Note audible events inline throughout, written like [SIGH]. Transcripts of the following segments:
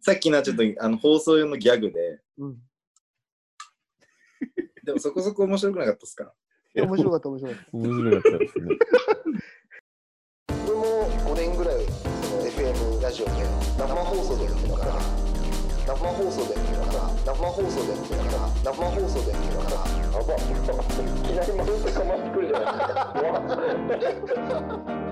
さっきのはちょっとあの放送用のギャグで、うん。 [LAUGHS] でもそこそこ面白くなかったですか面白かった、面白かった。面白かったですね。俺も5年ぐらいその FM ラジオで生放送でやってたから生放送でやってたから生放送でやってたから生放送でやってたからやば [LAUGHS] いきなり戻ってかまってくるじゃない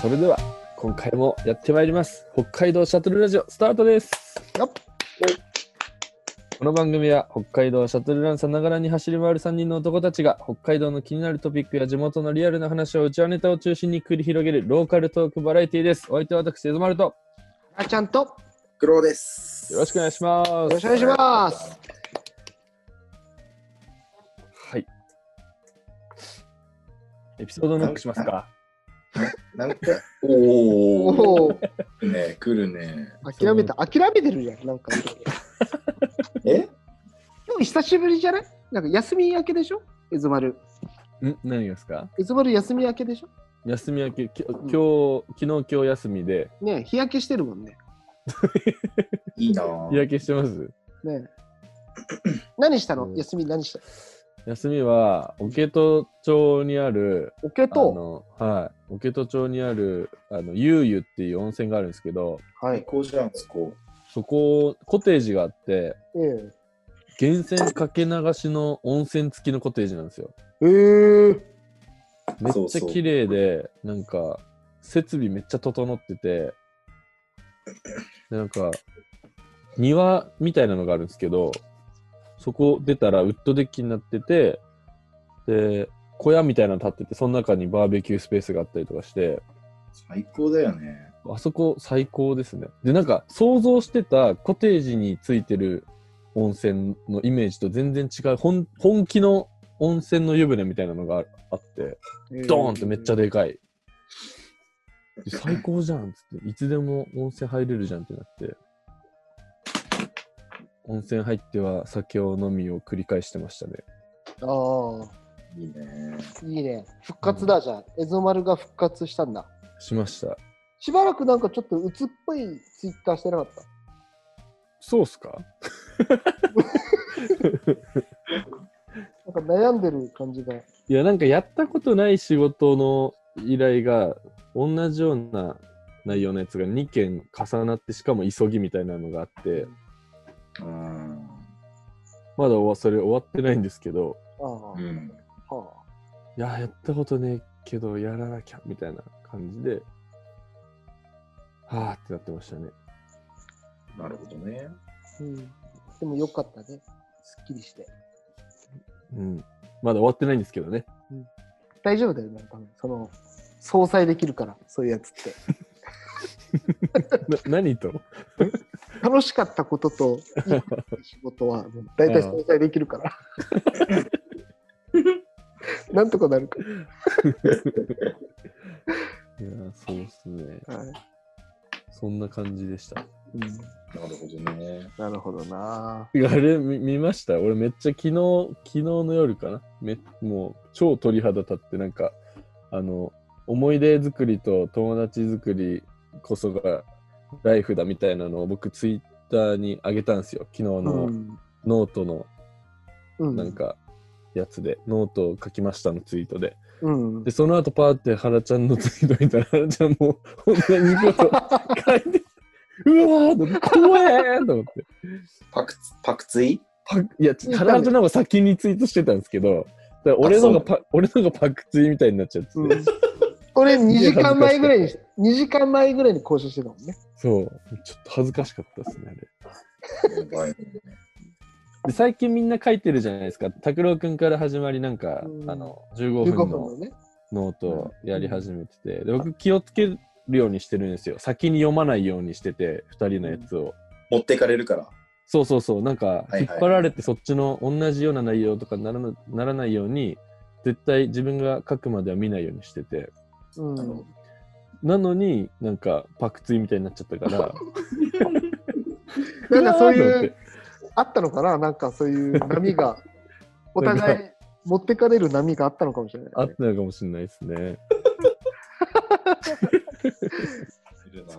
それでは、今回もやってまいります。北海道シャトルラジオ、スタートです。よっこの番組は北海道をシャトルランさながらに走り回る3人の男たちが北海道の気になるトピックや地元のリアルな話をうちわネタを中心に繰り広げるローカルトークバラエティです。お相手は私、エズマルとあちゃんと、よ苦労です。よろしくお願いします。よろしくお願いします。はい。エピソードノックしますか。 [LAUGHS] なんか、おーおお、ね来るね。諦めた、諦めてるじゃん、なんか。え今日久しぶりじゃないなんか休み明けでしょえずまる。ん何がですかえずまる休み明けでしょ休み明け、き今日、昨日今日休みで、ねえ日焼けしてるもんね。いいなぁ日焼けしてますねえ何したの、うん休み何した休みは、オケト町にある、おけあと。の、はい、桶戸町にある、あの、ゆうゆっていう温泉があるんですけど、は最。高じゃん、そこ。そこ、コテージがあって、ええ源泉かけ流しの温泉付きのコテージなんですよ。えー、めっそうちゃそう綺麗で、なんか、設備めっちゃ整ってて、でなんか、庭みたいなのがあるんですけど、そこ出たらウッドデッキになってて、で、小屋みたいなの立ってて、その中にバーベキュースペースがあったりとかして、最高だよね。あそこ最高ですね。で、なんか想像してたコテージについてる温泉のイメージと全然違う、本本気の温泉の湯船みたいなのがあって、ドーンってめっちゃでかい。で最高じゃんっつって、いつでも温泉入れるじゃんってなって、温泉入っては酒を飲みを繰り返してましたね。ああいいね。ーいいね復活だじゃんエゾマルが復活したんだしました。しばらくなんかちょっと鬱っぽいツイッターしてなかったそうっすかなんか悩んでる感じがいや、なんかやったことない仕事の依頼が、同じような内容のやつが2件重なって、しかも急ぎみたいなのがあって、うん。まだおわそれ終わってないんですけど、ああ、うん。はあいや、やったことねえけど、やらなきゃみたいな感じで、はあってなってましたね。なるほどね。うん、でもよかったねすっきりしてうん。まだ終わってないんですけどね。大丈夫だよね多分その相殺できるからそういうやつって [LAUGHS] な何と楽しかったことといい仕事 [LAUGHS] はもう大体相殺できるから [LAUGHS] なんとかなるかいや、そうっすね。ら、はいそんな感じでした。うんなるほどね。なるほどな。いやあれ見見ました俺めっちゃ昨日、昨日の夜かなめもう超鳥肌立ってなんか、あの、思い出作りと友達作りこそがライフだみたいなのを僕ツイッターに上げたんですよ。昨日うのん。ノートのうんなん。かやつで、ノートを書きましたのツイートで。うんで、。その後パーって原ちゃんのツイート見たら原ちゃんも同じこと書いて、うわー怖えーと思って。パク、パクツイパクいや、ち原田の方が先にツイートしてたんですけど、だから俺のがパ俺のがパクツイみたいになっちゃって、うん [LAUGHS] 俺2時間前ぐらいに、2時間前ぐらいに交渉してたもんね。そう、ちょっと恥ずかしかったですね、あれ。やばいね。で最近みんな書いてるじゃないですか、拓郎くんから始まり、なんか、うんあの、15 15分分ののね。ノートをやり始めてて、で僕気をつけるようにしてるんですよ。先に読まないようにしてて、2人のやつを。持ってかれるから。そうそうそう、なんかいはい引っ張られてそっちの同じような内容とかにならなならないように、絶対自分が書くまでは見ないようにしてて。うん。なるほどなのになんかパクツイみたいになっちゃったから [LAUGHS] なんかそうわーと思いっう、あったのかななんかそういう波が。お互い持ってかれる波があったのかもしれない、ね。あったのかもしれないですね。いるなぁ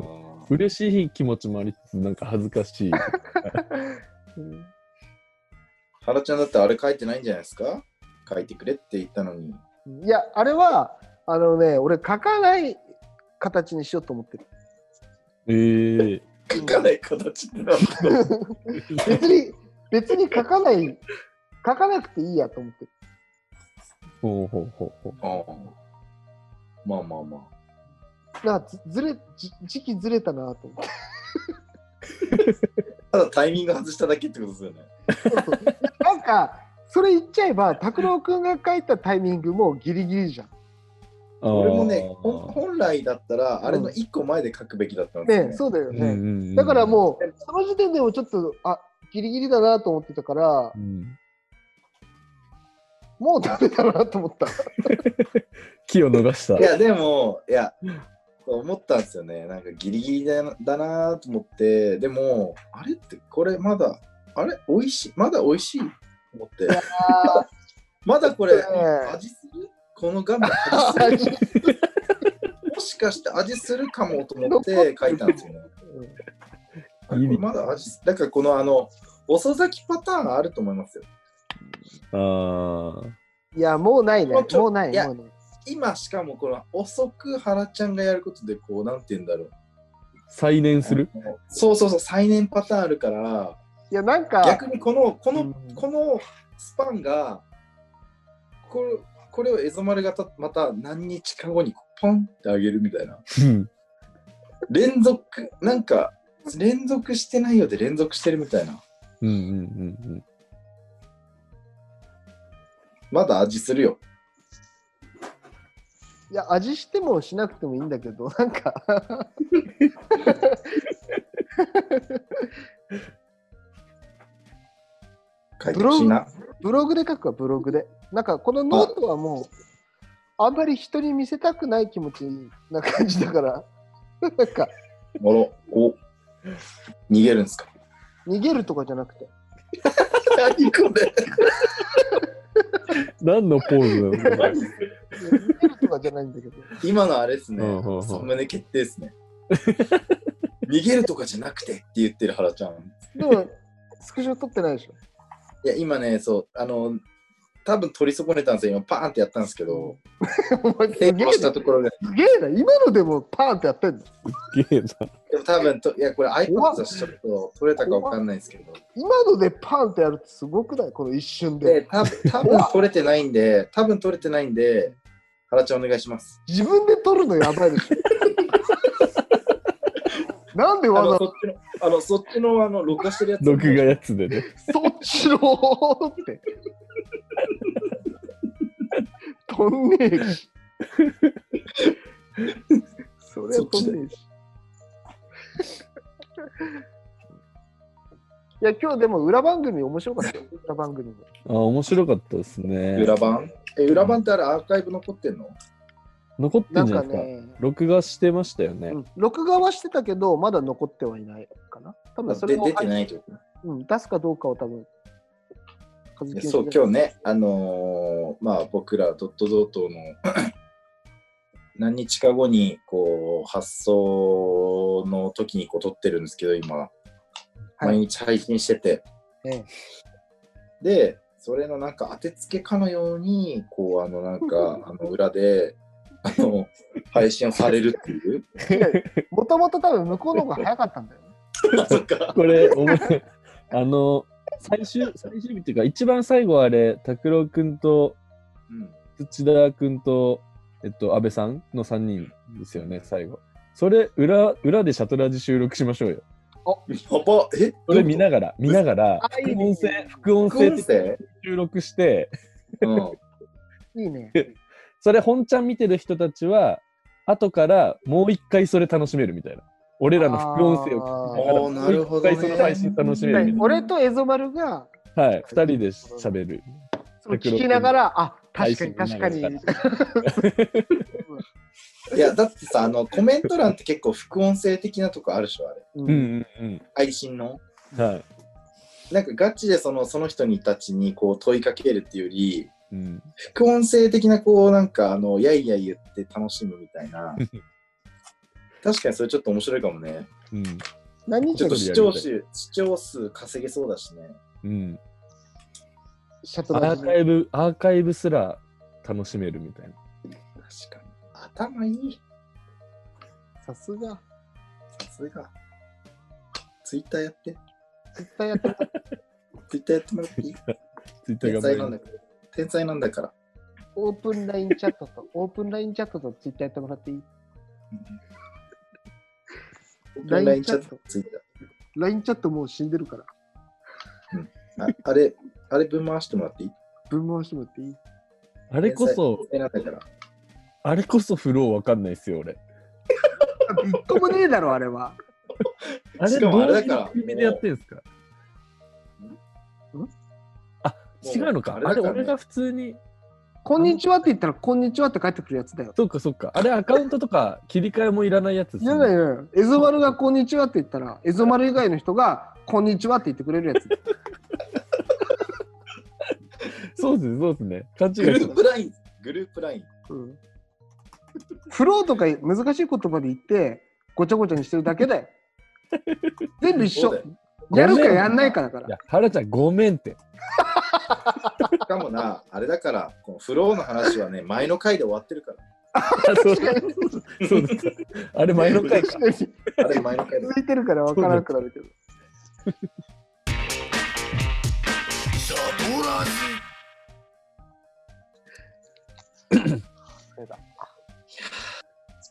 嬉しい気持ちもありつつ、なんか恥ず [LAUGHS] かしい。うん原ちゃんだってあれ書いてないんじゃないですか書いてくれって言ったのに。いや、あれは、あのね、俺書かない形にしようと思ってる。ええ書かない形ってなん [LAUGHS] だ別に、別に書かない、書かなくていいやと思ってる。ほうほうほうほう。うんまあまあまあ。なんかずずれ、じ時期ずれたなと思って。ただタイミング外しただけってことですよね。そうそうなんか、それ言っちゃえば、拓郎くんが書いたタイミングもギリギリじゃん。あー俺もね、ほん本来だったら、あれの一個前で書くべきだったんですよねね。そうだようんうね。んうんだからもう、その時点でもちょっと、あギリギリだなと思ってたから、うん。もうダメだなと思った。気を逃し [LAUGHS] たい。や、でも、いや、そう思ったんですよね。なんかギリギリだなだなと思って、でも、あれってこれまだ、あれ美味しいまだ美味しいと思って、あまだ [LAUGHS] これ、ねえ味するこの画面味するーもしかして味するかもと思って [LAUGHS] 書いたんですよね。あギリこれまだ味す、だからこのあの、遅咲きパターンあると思いますよ。ああ。いや、もうないね。もうちょもうない。いやもうない今しかもこの遅く原ちゃんがやることでこうなんて言うんだろう再燃するそうそうそう再燃パターンあるからいや、なんか、逆にこのこの、うんこのスパンがこれこれをエゾマルがたまた何日か後にポンってあげるみたいなうん連続なんか連続してないようで連続してるみたいなうんうんうんうん。まだ味するよいや、味してもしなくてもいいんだけど、なんか。書いてほしいなブログで書くわ、ブログで。なんか、このノートはもう、あんまり人に見せたくない気持ちな感じだから、なんか、もろお逃げるんすか逃げるとかじゃなくて。何これ何のポーズなのいや逃げるとかじゃないんだけど。今のあれですね、うんうんうんサムネ決定ですね。逃げるとかじゃなくてって言ってる原ちゃん。でも、スクショ撮ってないでしょ。いや、今ね、そう、あの、多分取り損ねたんですよ、今、パーンってやったんですけど、お前すげ成えな功したところで、すげえな、今のでもパーンってやってんの。すげえな。でも多分と、いや、これ iPad 怖っだし、ちょっと取れたかわかんないんですけど、今のでパーンってやるってすごくないこの一瞬で、で。多分多分取れてないんで、多分取れてないんで、原ちゃんお願いします。自分で撮るのやばいでし [LAUGHS] ょ。なんであわの、ざそわっちの、あの、そっちの、あの、録画してるやつ。録画やつでね。ざそっちの方って。撮んねえし。それは撮んねえし。いや、今日でも裏番組面白かったよ。裏番組も。あー面白かったですね。裏版え、裏版ってあれアーカイブ残ってんの残ってなんんじゃなかいですか。ね、録画してましたよね。うん録画はしてたけど、まだ残ってはいないかな。多分それでも出てないってことうん、出すかどうかを多分。和いや樹そう今日ね、あのーまあ、僕らドットドットの [COUGHS] 何日か後にこう発送の時にこう撮ってるんですけど今、い毎日配信してて、えでそれのなんか当てつけかのようにこうあのなんかあの裏であの配信をされるっていうもともと多分向こうの方が早かったんだよね。そっかこれ、お前、 [LAUGHS] あの、最終、最終日っていうか、一番最後あれ、拓郎くんとうん土田くんと、えっと、安倍さんの3人ですよね、最後。それ、裏、裏でシャトラジ収録しましょうよ。やばえそれ見ながら、見ながらあ、いいね副音声、副音副声音で声、収録して、うん、いいね。それ本ちゃん見てる人たちは、後からもう一回それ楽しめるみたいな。俺らの副音声を聞きながあら、ーもう一回その配信楽しめるみたい俺とエゾマルがな。はい、二人で喋る。その聞きながら、あ確かに確かに。配信いやだってさあのコメント欄って結構副音声的なとこあるでしょあれううんんうん配信のうん。はい。なんかガチでそのその人にたちにこう問いかけるっていうより、うん。副音声的な、こう、なんか、あの、やいやい言って楽しむみたい [LAUGHS] な。確かにそれちょっと面白いかもね。うん。何ちょっとで視聴数、視聴数稼げそうだしね。うん。シャトアラージカイブ、アーカイブすら楽しめるみたいな。確かに。頭いい。さすが。さすが。ツイッターやって。絶対やってる。ツイッターやってもらって [LAUGHS] いいツイッター天が才なんだから。天才なんだから。オープンラインチャットと、オープンラインチャットとツイッターやってもらっていいうんライン LINE チチャャッットト、ツイッタ ?LINE チャットもう死んでるから。ー。ああれ、あれぶん回してもらっていい分回してもらっていいあれこそ、天才天才なんだかあれこそフローわかんないっすよ、俺。あ一個もねえだろ、あれは。あれ、しかどもあうれいだうから意味でやってんすかんんあ、違うのか。もあうれ、あれだからね俺が普通に。こんにちはって言ったら、こんにちはって帰ってくるやつだよ。そっかそっか。あれ、アカウントとか切り替えもいらないやつっすいねやだよ。エゾマルがこんにちはって言ったら、エゾマル以外の人が、こんにちはって言ってくれるやつ。そうですね、そうですね。勘違ら。いグルしてープライン、グループライン。うん、フローとか難しい言葉で言って、ごちゃごちゃにしてるだけだよ。全部一そう緒だよ。やるかやんないかだかいやら。、原ちゃん、ごめんって。しかもな、あれだから、このフローの話はね、前の回で終わってるから。あそう確かそうだったあれ、前の回か。に続あれ前の回で。いてるから分からなくなるけど。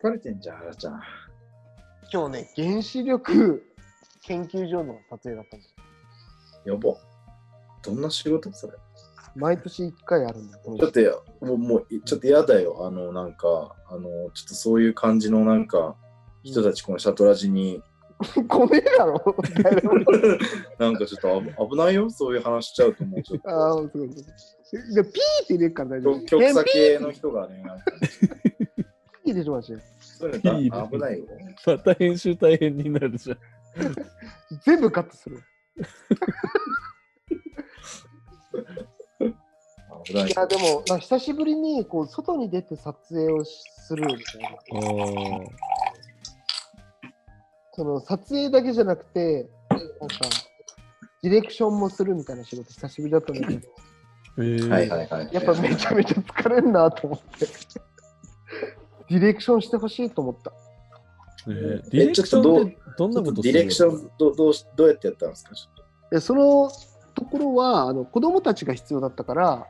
疲れてんじゃん、あらちゃん。今日ね、原子力研究所の撮影だったんです。やば。どんな仕事それ。毎年1回あるんだけどちょっとや、もう、もういちょっと嫌だよ。あの、なんか、あの、ちょっとそういう感じの、なんか、人 [LAUGHS] たち、このシャトラジに、ごめんだろ。誰も [LAUGHS] なんかちょっと危危ないよ、そういう話しちゃうと思う。ちょっ [LAUGHS] ああ、とそうそうそうでピーって入れるから大丈夫。極左系のえ人がね、なんか、ピーって入れてましたよそういうの危ないよ。また編集大変になるじゃん。全部カットする。危ないいや、でも、まあ、久しぶりにこう外に出て撮影をするみたいな。あーその撮影だけじゃなくて、なんか、ディレクションもするみたいな仕事、久しぶりだったんだけど、えーはいはいはい。やっぱめちゃめちゃ疲れんなと思って、ディレクションしてほしいと思った。えーえディレクシちょっとどョンうってどんちょなっこととディレクションどうどうしどうやってやったんですかちょっとでそのところはあの子供たちが必要だったから、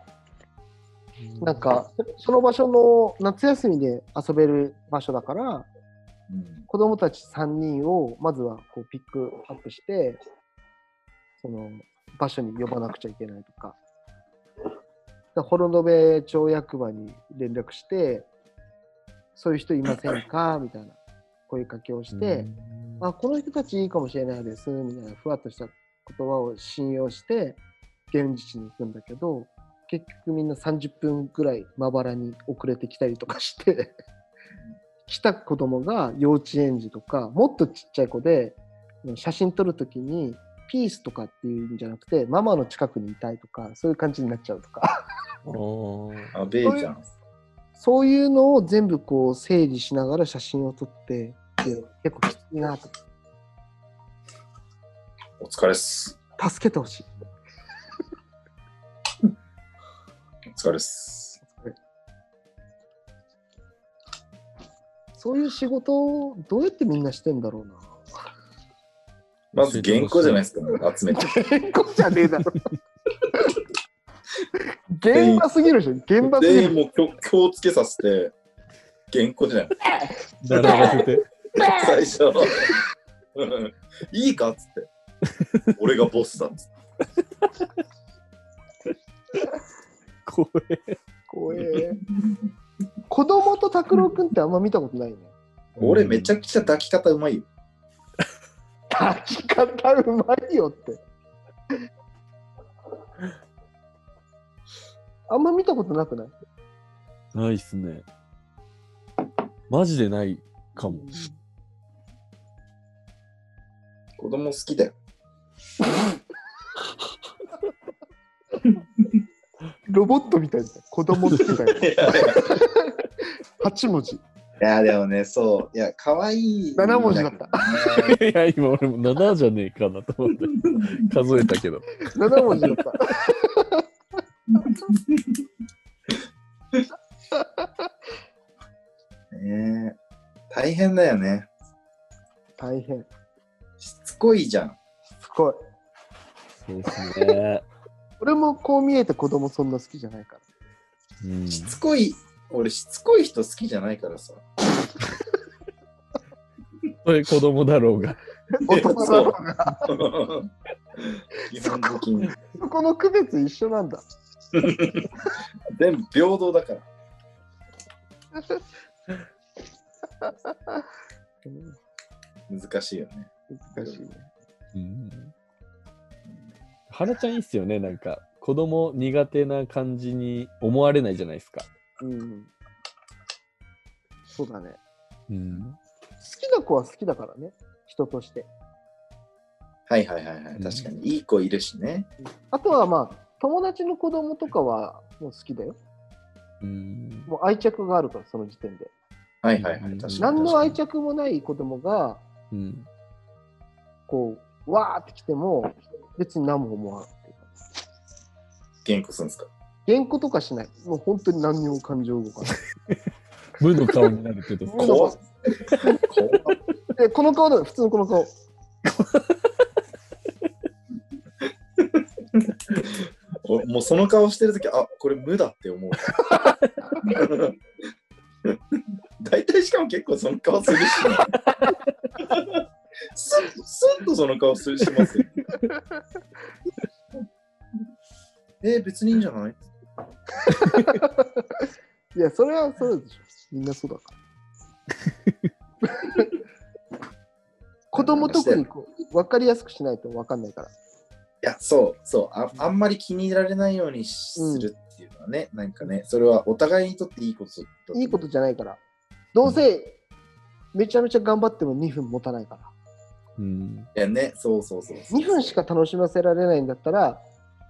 なんか、その場所の夏休みで遊べる場所だから、うん子供たち3人をまずはこうピックアップして、その場所に呼ばなくちゃいけないとか、だ幌延町役場に連絡して、そういう人いませんかみたいな声かけをして、あ、この人たちいいかもしれないです、みたいなふわっとした言葉を信用して、現地に行くんだけど、結局みんな30分ぐらいまばらに遅れてきたりとかして、 [LAUGHS] 来た子供が幼稚園児とか、もっとちっちゃい子で、写真撮るときに、ピースとかっていうんじゃなくて、ママの近くにいたいとか、そういう感じになっちゃうとか、 [LAUGHS] あーあ、ベイちゃん。そういうのを全部こう整理しながら写真を撮って、で結構きついなと、お疲れっす。助けてほしい。お疲れっす。そういう仕事をどうやってみんなしてんだろうな。まず原稿じゃないですか、もう集めて。原稿じゃねえだろ。 [LAUGHS] 現場すぎるでしょ、現場すぎ全員る。もう曲をつけさせて、原稿じゃない。並ばせ [LAUGHS] て。最初。うん [LAUGHS] いいかっつって。俺がボスだっつって。怖え。怖え。子供と拓郎くんってあんま見たことないね。俺めちゃくちゃ抱き方うまいよ。抱き方うまいよって。あんま見たことなくないないっすね。マジでないかも。子供好き [LAUGHS] だよ。ロボットみたいな子供みたいな8文字いや、でもね、そう。いや、可愛い。 7文字だった。いや、今俺も7じゃねえかなと思って、数えたけど。 7文字だったねえ [LAUGHS] 大変だよね。大変しつこいじゃん。すごいそうですね。俺もこう見えて子供そんな好きじゃないからうん、しつこい、俺、しつこい人好きじゃないからさ。そういう子供だろうが。大人だろうそう。基本的に。そこの区別一緒なんだ全部平等だから。うん難しいよね。難しいねうん、原ちゃんいいっすよね、なんか。子供苦手な感じに思われないじゃないですか。うんそうだね好うん。きな子は好きだからね人としてはいはいはいはい。確かに。いい子いるしね。あとはまあ友達の子供とかはもう好きだようん。もう愛着があるからその時点ではいはいはい。確かに。何の愛確着もない子供がうん。こうわーって来ても別に何も思わんっていうかかに。原稿するんですか。言語とかしないもう本当に何にも感情動かない無の顔になるけど、無の怖っ。怖っでこの顔だよ普通のこの顔お [LAUGHS] もうその顔してるとき、あこれ無だって思う。 [LAUGHS] 大体しかも結構その顔するし [LAUGHS] な。すんすんとその顔するしますよ。えー、別にいいんじゃないいやそれはそうでしょみんなそうだから [LAUGHS] 子供特にこう分かりやすくしないと分かんないからいや、そうそうあ、あんまり気に入られないようにするっていうのはね、なんかね、それはお互いにとっていいことだ思ういいことじゃないからどうせめちゃめちゃ頑張っても2分持たないからうん。いやね、そうそうそうそう。 2分しか楽しませられないんだったら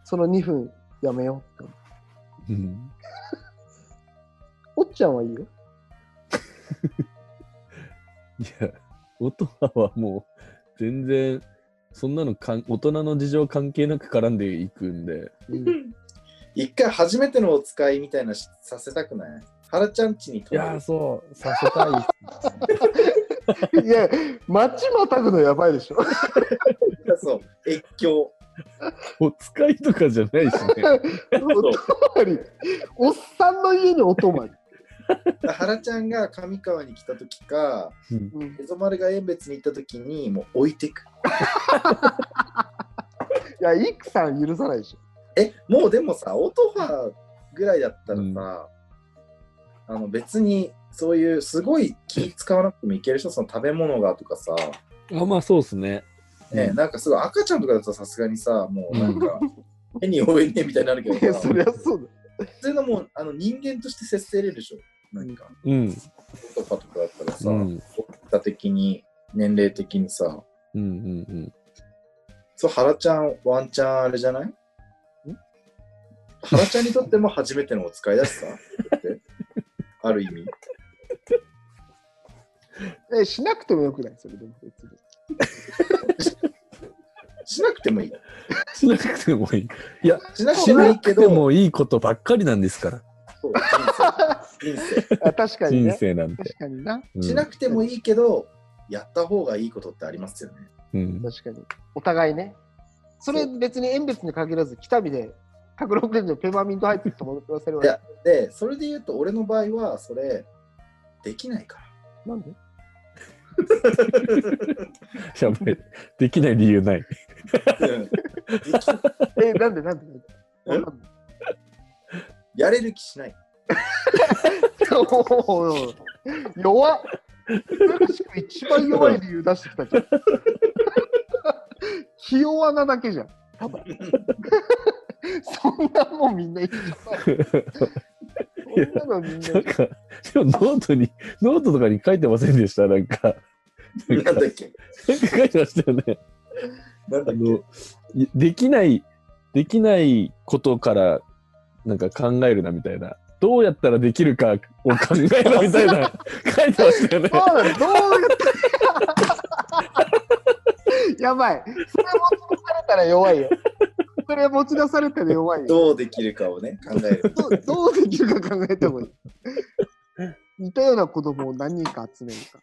その2分やめようってうん。おっちゃんはいいよいや、大人はもう、全然、そんなのかん、大人の事情関係なく絡んでいくんで、うん一回初めてのお使いみたいなしさせたくない原ちゃんちにい泊まやるー、そう、させたいっいや、街またぐのやばいでしょ。そう、越境。す。お使いとかじゃないしね。お泊まり、おっさんの家にお泊まり。 [LAUGHS] 原ちゃんが上川に来た時か、うんうん江戸丸が縁別に行った時に、もう置いてく。いや、イクさん許さないでしょ。え、もうでもさ、オトハぐらいだったらうんさ、あの別にそういうすごい気使わなくてもいける人、その食べ物がとかさ、あ、まあそうっすね。ね、なんかすごい赤ちゃんとかだとさすがにさ、もうなん [LAUGHS] か、手に負えねえみたいになるけいや、どさ、そりゃそうそういうのもあの人間として接せれるでしょ。なんか、うん。オトハとかだったらさ、う結ん。果的に、年齢的にさ、うんうんうん。そう、原ちゃん、ワンチャンあれじゃない原ちゃんにとっても初めてのお使いだしさ。ってある意味。だ。え、しなくてもよくないそれでも別に。しなくてもいい。しなくてもいい。しなくてしもいないけくてど、もいいことばっかりなんですから、そう人生。人あ確かに人ね。生なんて。確かにな。うん生しなくてもいいけど、やった方がいいことってありますよね。うん確かに。お互いね。それ別に縁別に限らず、北見で106年のペパーミント入ってると思わせるいわけや。で、それで言うと、俺の場合は、それ、できないから。なんでやばい。できない理由ない。うんできえ、なんでなんでなんでえなんでやれる気しない。おいおいおい弱っ美しく一番弱い理由出してきたじゃん。気弱なだけじゃん。多 [LAUGHS] 分そんなもんみんな一緒 [LAUGHS] だよそんなのみんな一な緒んか、でもノートに、ノートとかに書いてませんでしたなんか。ななんんだかっけなんか書いてましたよね。なんあだっけの、いできない、できないことからなんか考えるなみたいな。どうやったらできるかを考えろみたいな書いてましたよそうなのどね。うやって [LAUGHS] やばい。それ持ち出されたら弱いよ。それ持ち出されたら弱いよ。どうできるかをね、考える。どうどうできるか考えた方がいい。似たような子供を何人か集めるか。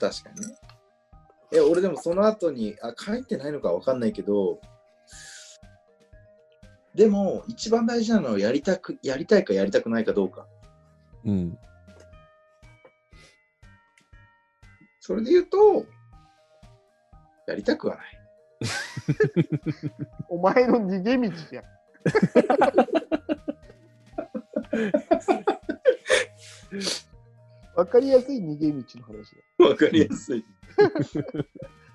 確かにね。いや、俺でもその後に、あ、書いてないのかわかんないけど、でも、一番大事なのはやりたく、やりたいかやりたくないかどうか。うん。それで言うと、やりたくはない。お前の逃げ道 [LAUGHS] じゃん。わかりやすい逃げ道の話だ。 [LAUGHS] わかりやすい。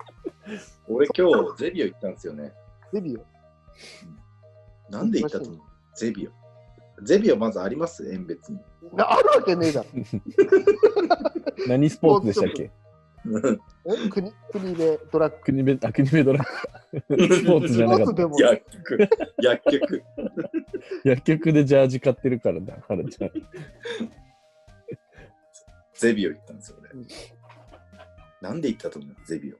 [LAUGHS] 俺今日、ゼビオ行ったんですよね。デビュー。なんで行ったと思うゼビオ。ゼビオまずあります縁別に。なあるわけねえだろ。何スポーツでしたっけえ国国でドラッグ。国別、あ、国別ドラマ。スポーツじゃなスポかーツっでも [LAUGHS] 薬局。 [LAUGHS] 薬局。た。薬局でジャージ買ってるからだ、はるちゃん。ゼビオ行ったんですよ、俺うん。なんで行ったと思うゼビオ。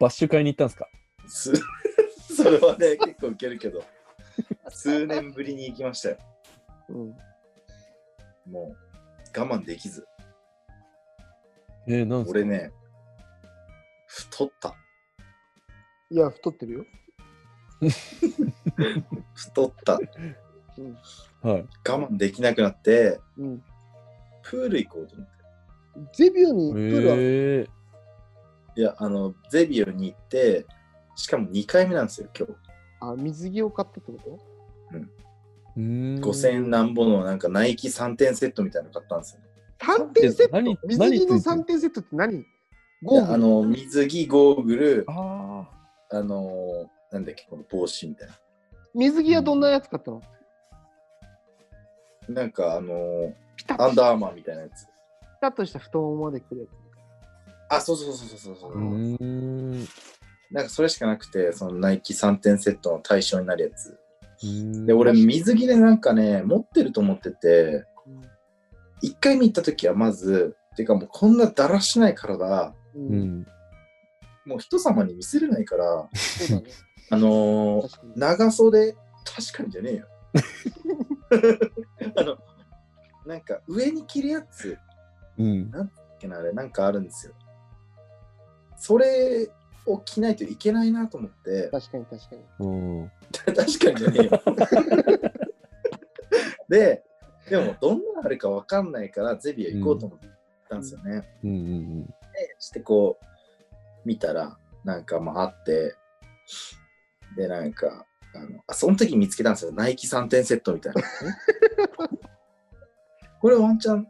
バッシュ会に行ったんですかす [LAUGHS] それはね、結構ウケるけど。数年ぶりに行きましたよ。うん、もう、我慢できず。えー、なんすか俺ね、太った。いや、太ってるよ。太った。うん。はい。我慢できなくなって、うん、プール行こうと思っゼビオにプールは、えー、て。いや、あの、ゼビオに行って、しかも2回目なんですよ、今日。あ水着を買ったってこうーん5000なんぼのなんかナイキ3点セットみたいなの買ったんですよね。と ?3 点セット何水着の何ついてる3点セットって何いゴーやグあルの、水着、ゴーグル、ああのー、なんだっけ、この帽子みたいな。水着はどんなやつ買ったのなんかあのピター、アッンピダーアーマーみたいなやつ。タッとした太ももまでくるやあ、そうそうそうそうそうそあ。うう、ーん。うなんかそれしかなくて、そのナイキ3点セットの対象になるやつ。ーんで、俺、水着でなんかね、持ってると思ってて、1回目行った時はまず、てかもうこんなだらしない体、つ。う。うんうん、ん。もう人様に見せれないから、そうだね。あのー、確かに。長袖、確かにじゃねえよ。 [LAUGHS] あの、なんか上に着るやつだうん。っけな、あれ、なんかあるんですよ。それを着ないといけないなと思って、確かに確かに。うん。確かにじゃねえよ。で、でもどんなのあるかわかんないから、ゼビア行こうと思ったんですよね。でうんうんしてこう、見たら、なんかまああって、で、なんか、あのあその時見つけたんですよ。ナイキ3点セットみたいな。これワンチャン、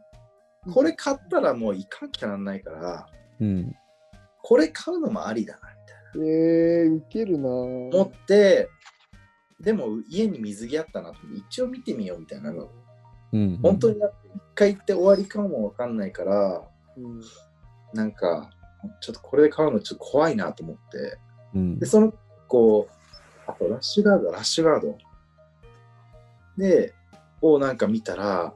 これ買ったらもういかんきゃなんないから、うん。うん。これ買うのもありだな、みたいな。えー、ウケるなぁ思って、でも家に水着あったなと思って、一応見てみようみたいなの。うん。本当にだって一回行って終わりかもわかんないから、うんなんか、ちょっとこれで買うのちょっと怖いなと思って。うんで、。その、こう、あとラッシュガード、ラッシュガード。で、をなんか見たら、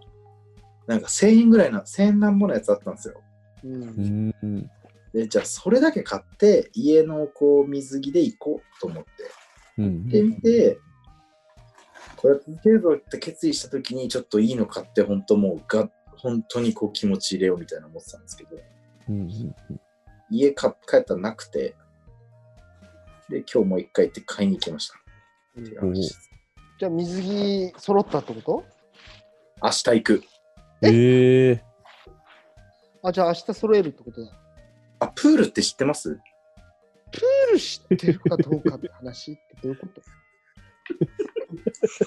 なんか1000円ぐらいな、1000円なんぼのやつあったんですよ。うんう。んうん。で、じゃあそれだけ買って、家のこう水着で行こうと思って。うんで、見て、これ続けるぞって決意したときに、ちょっといいの買って、本当もうが、本当にこう気持ち入れようみたいな思ってたんですけど、うん。家か帰ったらなくて、で、今日もう一回行って買いに行きました。うんっていう話ですじゃあ水着揃ったってこと明日行く。ええ。あ、じゃあ明日揃えるってことだ。あ、プールって知ってますプール知ってるかどうかって話ってどういうこと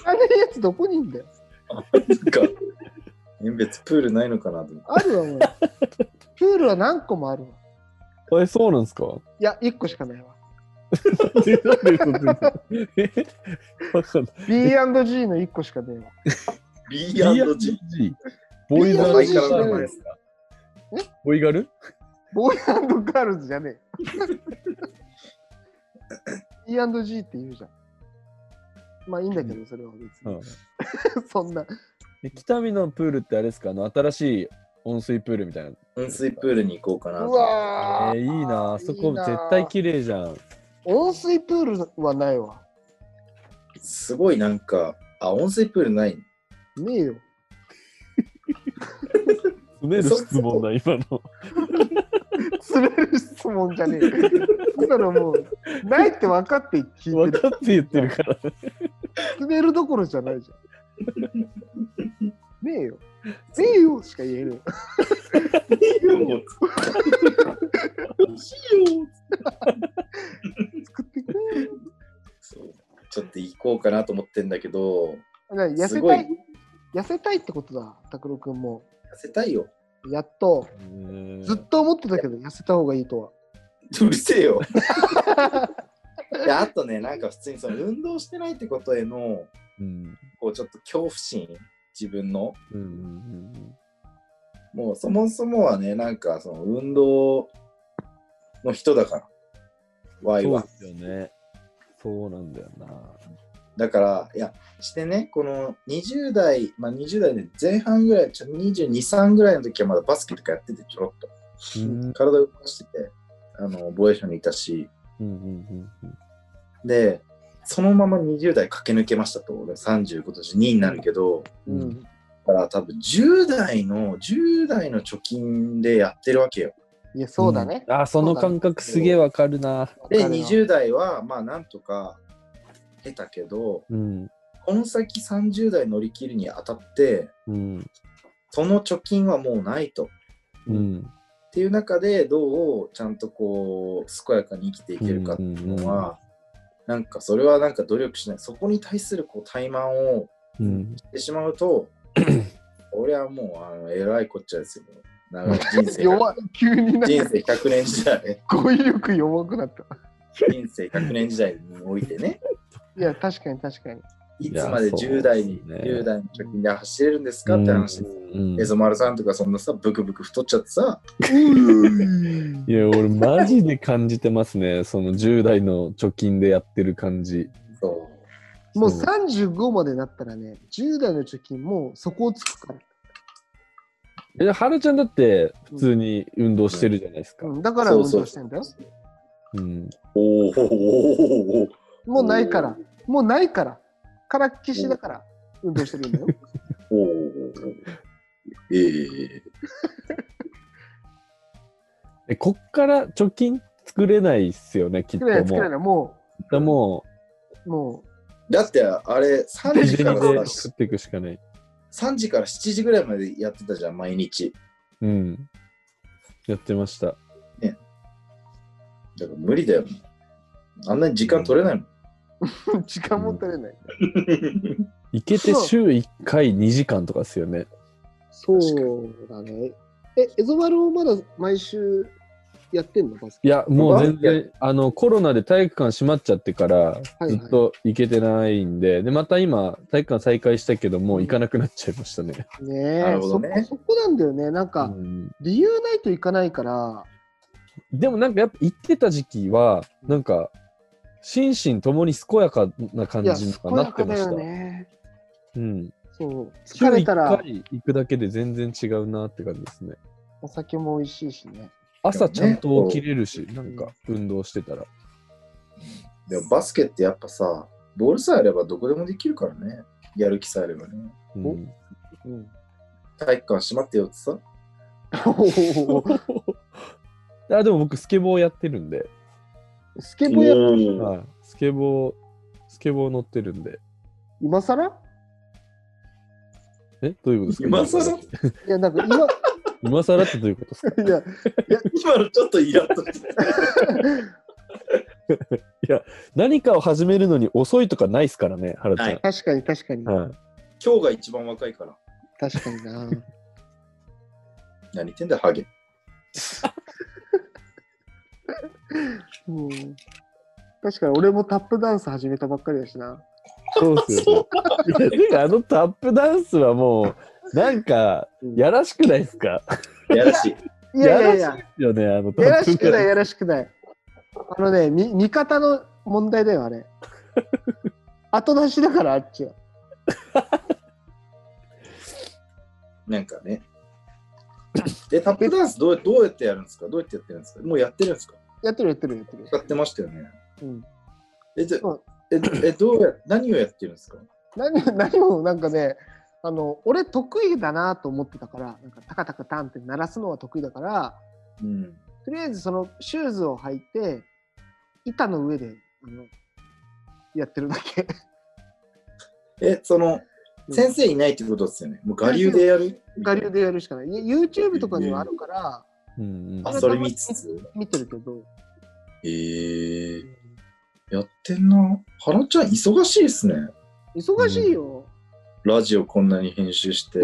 あのやつどこにいんだよ。か。遠別プールないのかなと思って。あるわ、お前プールは何個もあるわ。え、そうなんですかいや、1個しかないわ。なんで嘘ついてるえわかんない B&G の1個しかないわ。 B&G。ボーイガ B&G ル相じ変わゃらなないいでですすかか。ボーイガルボーイガールズじゃねえ。B&G って言うじゃん。まあいいんだけど、それは別うんに。 [LAUGHS] そんな。で北見のプールってあれですかあの新しい温水プールみたいな。温水プールに行こうかなとうわえー、いいなあそこ絶いい対な綺麗じゃん。温水プールはないわ。すごいなんかあ温水プールないねえよ。詰める質問だ、今の。 [LAUGHS] 滑る質問じゃねえ [LAUGHS] よ。だからもう、ないって分かって聞い分てる。かって言ってる [LAUGHS] から。滑るどころじゃない [LAUGHS] じゃん。ねえよ。ねえよしか言える。欲しいよ作ってくれよ。そうちょっと行こうかなと思ってんだけどなに痩すせごたいい痩せたいってことだ、拓郎くんも。痩せたいよやっと。ずっと思ってたけど、痩せた方がいいとは。 [LAUGHS] うるせえ [LAUGHS] よであとねなんか普通にその運動してないってことへのうんこうちょっと恐怖心自分のうんうんもうそもそもはねなんかその運動の人だからうワんイそうはですよね。そうなんだよな。だからいやしてねこの20代まあ20代で前半ぐらいちょ223ぐらいの時はまだバスケとかやっててちょろっとうん体動かしててあの防衛省にいたしうんうんうんでそのまま20代駆け抜けましたと俺35と2になるけどうんうんだから多分10代の10代の貯金でやってるわけよいや、そうだね。うんあ、その感覚すげえわかるな。でわかるわ20代はまあなんとか得たけどうん。この先30代乗り切るにあたってうん。その貯金はもうないと。うん。っていう中でどうちゃんとこう健やかに生きていけるかっていうのは、なんかそれはなんか努力しないそこに対するこう怠慢をうん。してしまう [CLEARS THROAT] と俺はもうあのえらいこっちゃですよ長い人生弱い。急になん人か生100年時代語彙力弱くなった。人生100年時代においてねいや、確かに確かに。いつまでいや10代に、そうですね10代の貯金で走れるんですかって話です。うんエゾマルさんとかそんなさブクブク太っちゃってさいや、俺マジで感じてますね。その10代の貯金でやってる感じ。そもうそう35までなったらね、10代の貯金もうそこをつくから。え、はるちゃんだって普通に運動してるじゃないですか。うん、だから運動してんだよ。うん。うおーおー [LAUGHS] おーおーもうないから、もうないから、からっきしだから運動してるんだよ。おおえええ、こっから貯金作れないっすよね、きっと作 [LAUGHS] れない、も作れなう。い、もきっともう、もだってあれ3う、時銭からでさ [LAUGHS] 食っていくしかない。 3時から7時ぐらいまでやってたじゃん毎日うん。やってました。だから無理だよあんなに時間取れないもんう、 [LAUGHS] 時間も取れない。行けて週1回2時間とかっすよね。そうだね。え、エゾバルをまだ毎週やってんのバスケいや、もう全然、あの、コロナで体育館閉まっちゃってから、はいずっと行けてないんで、で、また今、体育館再開したけど、もう行かなくなっちゃいましたね。ねなえるほどねそこそこなんだよね。なんうか、ん理由ないといかないから、でもなんかやっぱ行ってた時期は、なんか、心身ともに健やかな感いや、じに健なやってかまだした。よね。うん。そう、週疲れ1たら回行くだけで全然違うなって感じですね。お酒も美味しいしね。朝ちゃんと起きれるし、なんか運動してたら。でもバスケってやっぱさボールさえあればどこでもできるからねやる気さえあればねうん、 [LAUGHS] うん、体育館閉まってよってさあでも僕、スケボーやってるんで、スケボ [LAUGHS] ーやっうんはいスケボー、スケボー乗ってるんで。今更えどういうことですか今更いや、なんか今、 [LAUGHS] 今更ってどういうことですかいや、 [LAUGHS] 今のちょっとイラッとして何かを始めるのに遅いとかないっすからね、原ちゃん。ない確かに確かに、はい今日が一番若いから確かにな。何言ってんだよハゲうん、確かに俺もタップダンス始めたばっかりだしな。そうっすよね。いやてかあのタップダンスはもう、なんか、やらしくないっすかやらしいいやいやいややらし、いっすよね、あのタやらッしプくなダ [LAUGHS] い、ンス。[LAUGHS] やらしくない。あのね、み味方の問題だよ、あれ。後出しだからあっちは。なんかね。で、タップダンスどうどうやってやるんですかどうやってやってるんですかもうやってるんですかやってるやってるやってる。使ってましたよね。うん、え、じゃうんええどうや何をやってるんですか何何もなんかねあの俺得意だなと思ってたからなんかタカタカタンって鳴らすのは得意だからうん。とりあえずそのシューズを履いて板の上であのやってるだけえ、その、先生いないってことですよね。もう我流でやる我流でやるしかないいや YouTube とかにはあるからうんうんあ、それ見つつ。見てるけどえー、やってんな。ハロちゃん、忙しいですね。忙しいよ、ラジオこんなに編集 [LAUGHS] して。い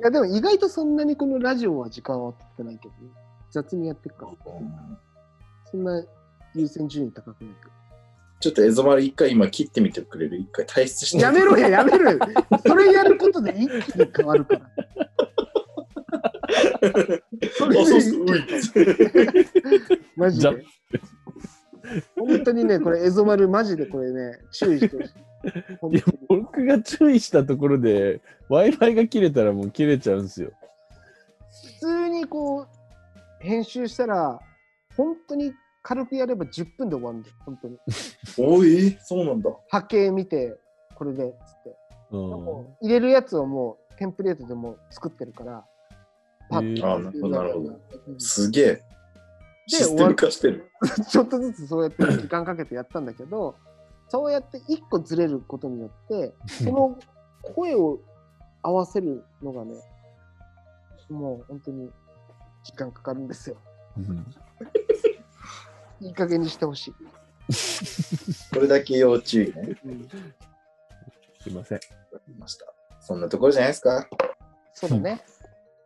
やでも意外とそんなにこのラジオは時間は取ってないけど、ね、雑にやってるからそんな優先順位高くないけどちょっとエゾマル一回今切ってみてくれる一回退出して。やめろや、やめろよ。 [LAUGHS] それやることで一気に変わるから。あそれでそういっいすういマジじゃで。本当にね、これ、エゾマル、マジでこれね、注意してほしい。本当に僕が注意したところで Wi-Fi が切れたらもう切れちゃうんですよ。普通にこう、編集したら、本当に軽くやれば10分で終わるんです、本当に。 [LAUGHS] おい、そうなんだ。波形見て、これで、つって。うんもう入れるやつをもう、テンプレートでもう作ってるから、パッと。あなるほどなるほどうんすげえ。システム化してる。ちょっとずつそうやって時間かけてやったんだけど、 [LAUGHS] そうやって一個ずれることによって、その声を合わせるのがね、もう本当に時間かかるんですよ。うんいい加減にしてほしい。これだけ要注意ね。うんすいません。わかりました。そんなところじゃないですか。そうだね。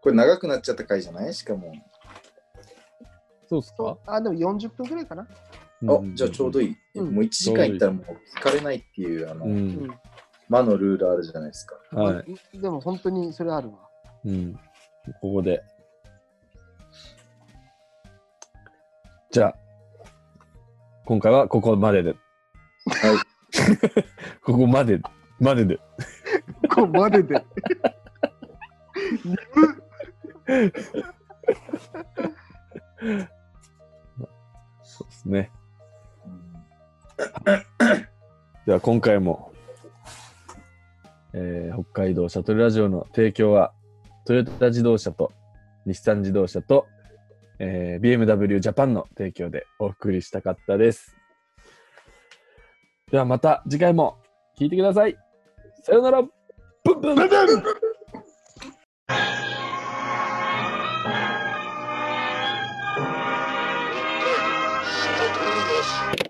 これ長くなっちゃった回じゃないしかも。そうっすそかうあ、でも40分くらいかな。あ、じゃあちょうどいい。いい。うんもう1時間いったらもう聞かれないっていう、あの、うん。魔のルールあるじゃないですか。うんはでも本当にそれあるわ。い。うん。ここで。じゃあ、今回はここまでで。はい。 [LAUGHS] ここまで、までで。ここまでで。そうですね。では今回も、えー北海道シャトルラジオの提供は、トヨタ自動車と日産自動車と、えー BMW ジャパンの提供でお送りしたかったです。ではまた次回も聞いてください。さよなら。ブンブンブンブンシャトルです